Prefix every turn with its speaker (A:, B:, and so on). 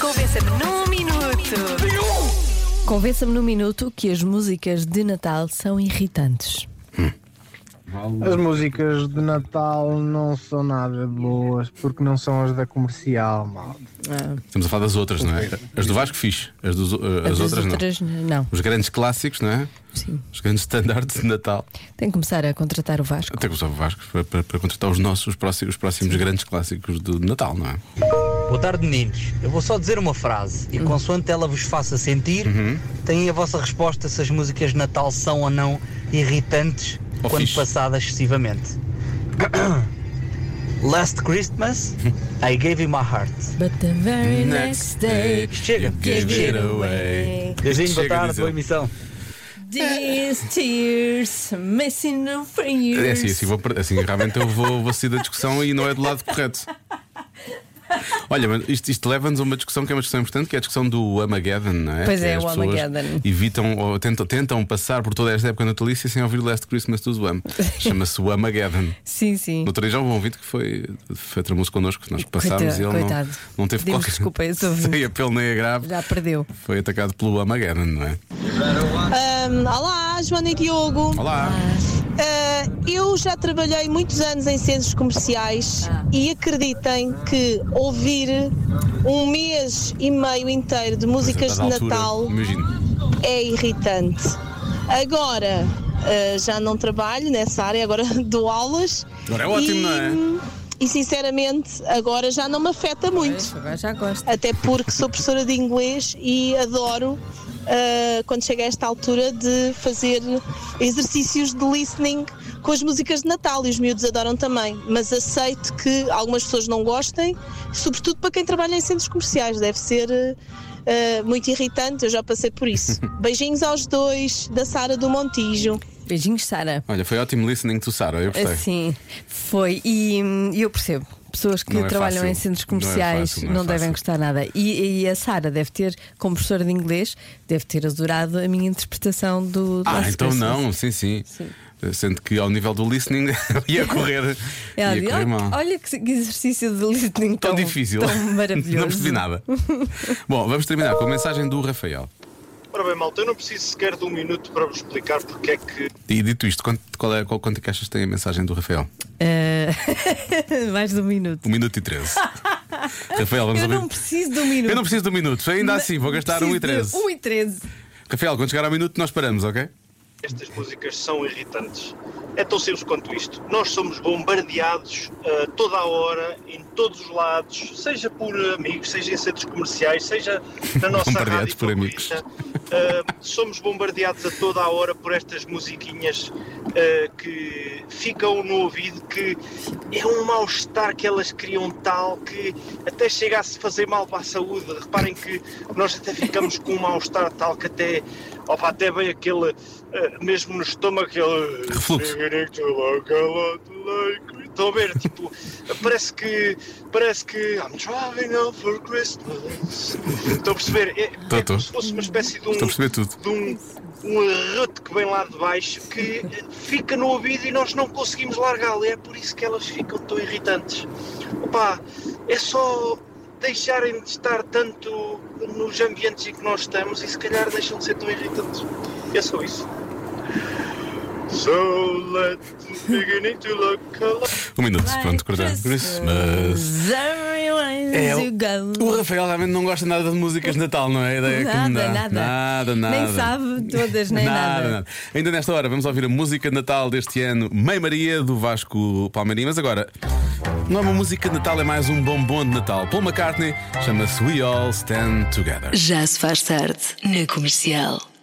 A: Convença-me num minuto.
B: Convença-me num minuto que as músicas de Natal são irritantes.
C: As músicas de Natal não são nada boas porque não são as da comercial, mal.
D: Estamos a falar das outras, não é? As do Vasco fixe, as, dos- eh, as
B: As
D: outras, não.
B: outras n- não.
D: Os grandes clássicos, não é?
B: Sim.
D: Os grandes standards de Natal.
B: Tem que começar a contratar o Vasco.
D: Até que usava o Vasco para, para- para contratar os nossos os próximos, os próximos grandes clássicos do Natal, não é?
E: Boa tarde, meninos. Eu vou só dizer uma frase e consoante ela vos faça sentir,
D: Uhum.
E: tem a vossa resposta se as músicas de Natal são ou não irritantes
D: Ou
E: quando
D: Oh, fixe.
E: passadas excessivamente. Last Christmas, I gave you my heart.
B: But the very next day,
E: Chega,
D: Give it
E: chega.
D: away.
E: Beijinho, boa
D: Chega,
E: tarde,
D: diz
E: boa
D: ele.
E: emissão.
B: these tears messing up for you.
D: É assim, assim, vou, per- assim realmente eu vou, vou sair da discussão e não é do lado correto. Olha, mas isto, isto leva-nos a uma discussão que é uma discussão importante, que é a discussão do Armageddon, não é?
B: Pois
D: Que
B: é,
D: as
B: o
D: pessoas
B: Armageddon.
D: Evitam ou tentam, tentam passar por toda esta época natalícia sem ouvir Last Christmas do Wham. Chama-se o Armageddon.
B: Sim, sim.
D: No outro dia já houve um ouvinte que foi, foi tramoso connosco, que nós que passámos
B: Coitado,
D: e ele
B: coitado.
D: não, não teve
B: Pedimos
D: qualquer.
B: desculpa a esse ouvinte.
D: sem apelo nem a grave.
B: Já perdeu.
D: Foi atacado pelo Armageddon, não é?
F: Ahm, olá, Joana e Diogo.
D: Olá!
F: Ah, eu já trabalhei muitos anos em centros comerciais
B: Ah.
F: e acreditem que ouvir um mês e meio inteiro de músicas
D: Pois é, dada
F: de
D: altura,
F: Natal
D: Imagino.
F: é irritante. Agora ah, já não trabalho nessa área, agora dou aulas.
D: Agora é ótimo,
F: e,
D: não é?
F: E sinceramente, agora já não me afeta muito.
B: Agora já gosto.
F: Até porque sou professora de inglês e adoro ah, quando chega a esta altura de fazer exercícios de listening com as músicas de Natal e os miúdos adoram também. Mas aceito que algumas pessoas não gostem, sobretudo para quem trabalha em centros comerciais. Deve ser ah, muito irritante, eu já passei por isso. Beijinhos aos dois, da Sara do Montijo.
B: Beijinhos, Sara.
D: Olha, foi ótimo listening to Sara, eu gostei.
B: Assim, foi. E hum, eu percebo. Pessoas que
D: Não é
B: trabalham
D: fácil.
B: em centros
D: Não é
B: comerciais
D: fácil,
B: não,
D: não é
B: devem
D: fácil.
B: gostar nada. E, e a Sara deve ter, como professora de inglês, deve ter adorado a minha interpretação do. do
D: Ah,
B: Last
D: então
B: Christmas.
D: não, sim, sim. Eh, Sendo que ao nível do listening ia correr,
B: Ela
D: ia
B: diz,
D: correr mal.
B: É, "Olha- olha que que exercício de listening tão,
D: Tão, difícil.
B: tão maravilhoso.
D: Não percebi nada. Bom, vamos terminar com a mensagem do Rafael.
G: Ora bem, malta, eu não preciso sequer de um minuto para vos explicar porque é que
D: E dito isto, quanto, qual é, qual, quanto é que achas que tem a mensagem do Rafael?
B: Eh, Mais de um minuto.
D: Um minuto e 13. Rafael, vamos
B: Eu
D: ouvir.
B: não preciso de um minuto.
D: Eu não preciso de um minuto, ainda assim, vou gastar um e 13.
B: 1 e 13.
D: Rafael, quando chegar ao minuto, nós paramos, ok?
G: estas músicas são irritantes. É tão simples quanto isto. Nós somos bombardeados ah, toda a hora, em todos os lados, seja por amigos, seja em centros comerciais, seja na nossa
D: Bombardeados
G: rádio
D: por amigos.
G: favorita. Ah, somos bombardeados a toda a hora por estas musiquinhas ah, que ficam no ouvido, que é um mal-estar que elas criam tal que até chega a se fazer mal para a saúde. Reparem que nós até ficamos com um mal-estar tal que até, opa, até bem aquele, ah, mesmo no estômago, aquele...
D: Refluxo.
G: Estão a ver, tipo, parece que parece que I'm driving out for Christmas. Estão a perceber? É,
D: Tô,
G: é
D: tô.
G: como se fosse uma espécie de um,
D: Estou a perceber tudo.
G: de um, um arrote que vem lá de baixo que eh, fica no ouvido e nós não conseguimos largá-lo. É por isso que elas ficam tão irritantes. Opa, é só deixarem de estar tanto nos ambientes em que nós estamos e se calhar deixam de ser tão irritantes. É só isso. So let's begin to look alike.
D: Um minuto, pronto, cortamos. Christmas. É,
B: É,
D: O Rafael realmente não gosta nada de músicas de Natal, não é? A ideia que me
B: Nada,
D: dá.
B: nada.
D: nada, nada.
B: Nem sabe todas, nem nada.
D: Ainda nesta hora vamos ouvir a música de Natal deste ano, Mãe Maria, do Vasco Palmeirim. Mas agora, não é uma música de Natal, é mais um bombom de Natal. Paul McCartney chama-se We All Stand Together.
A: Já se faz tarde na comercial.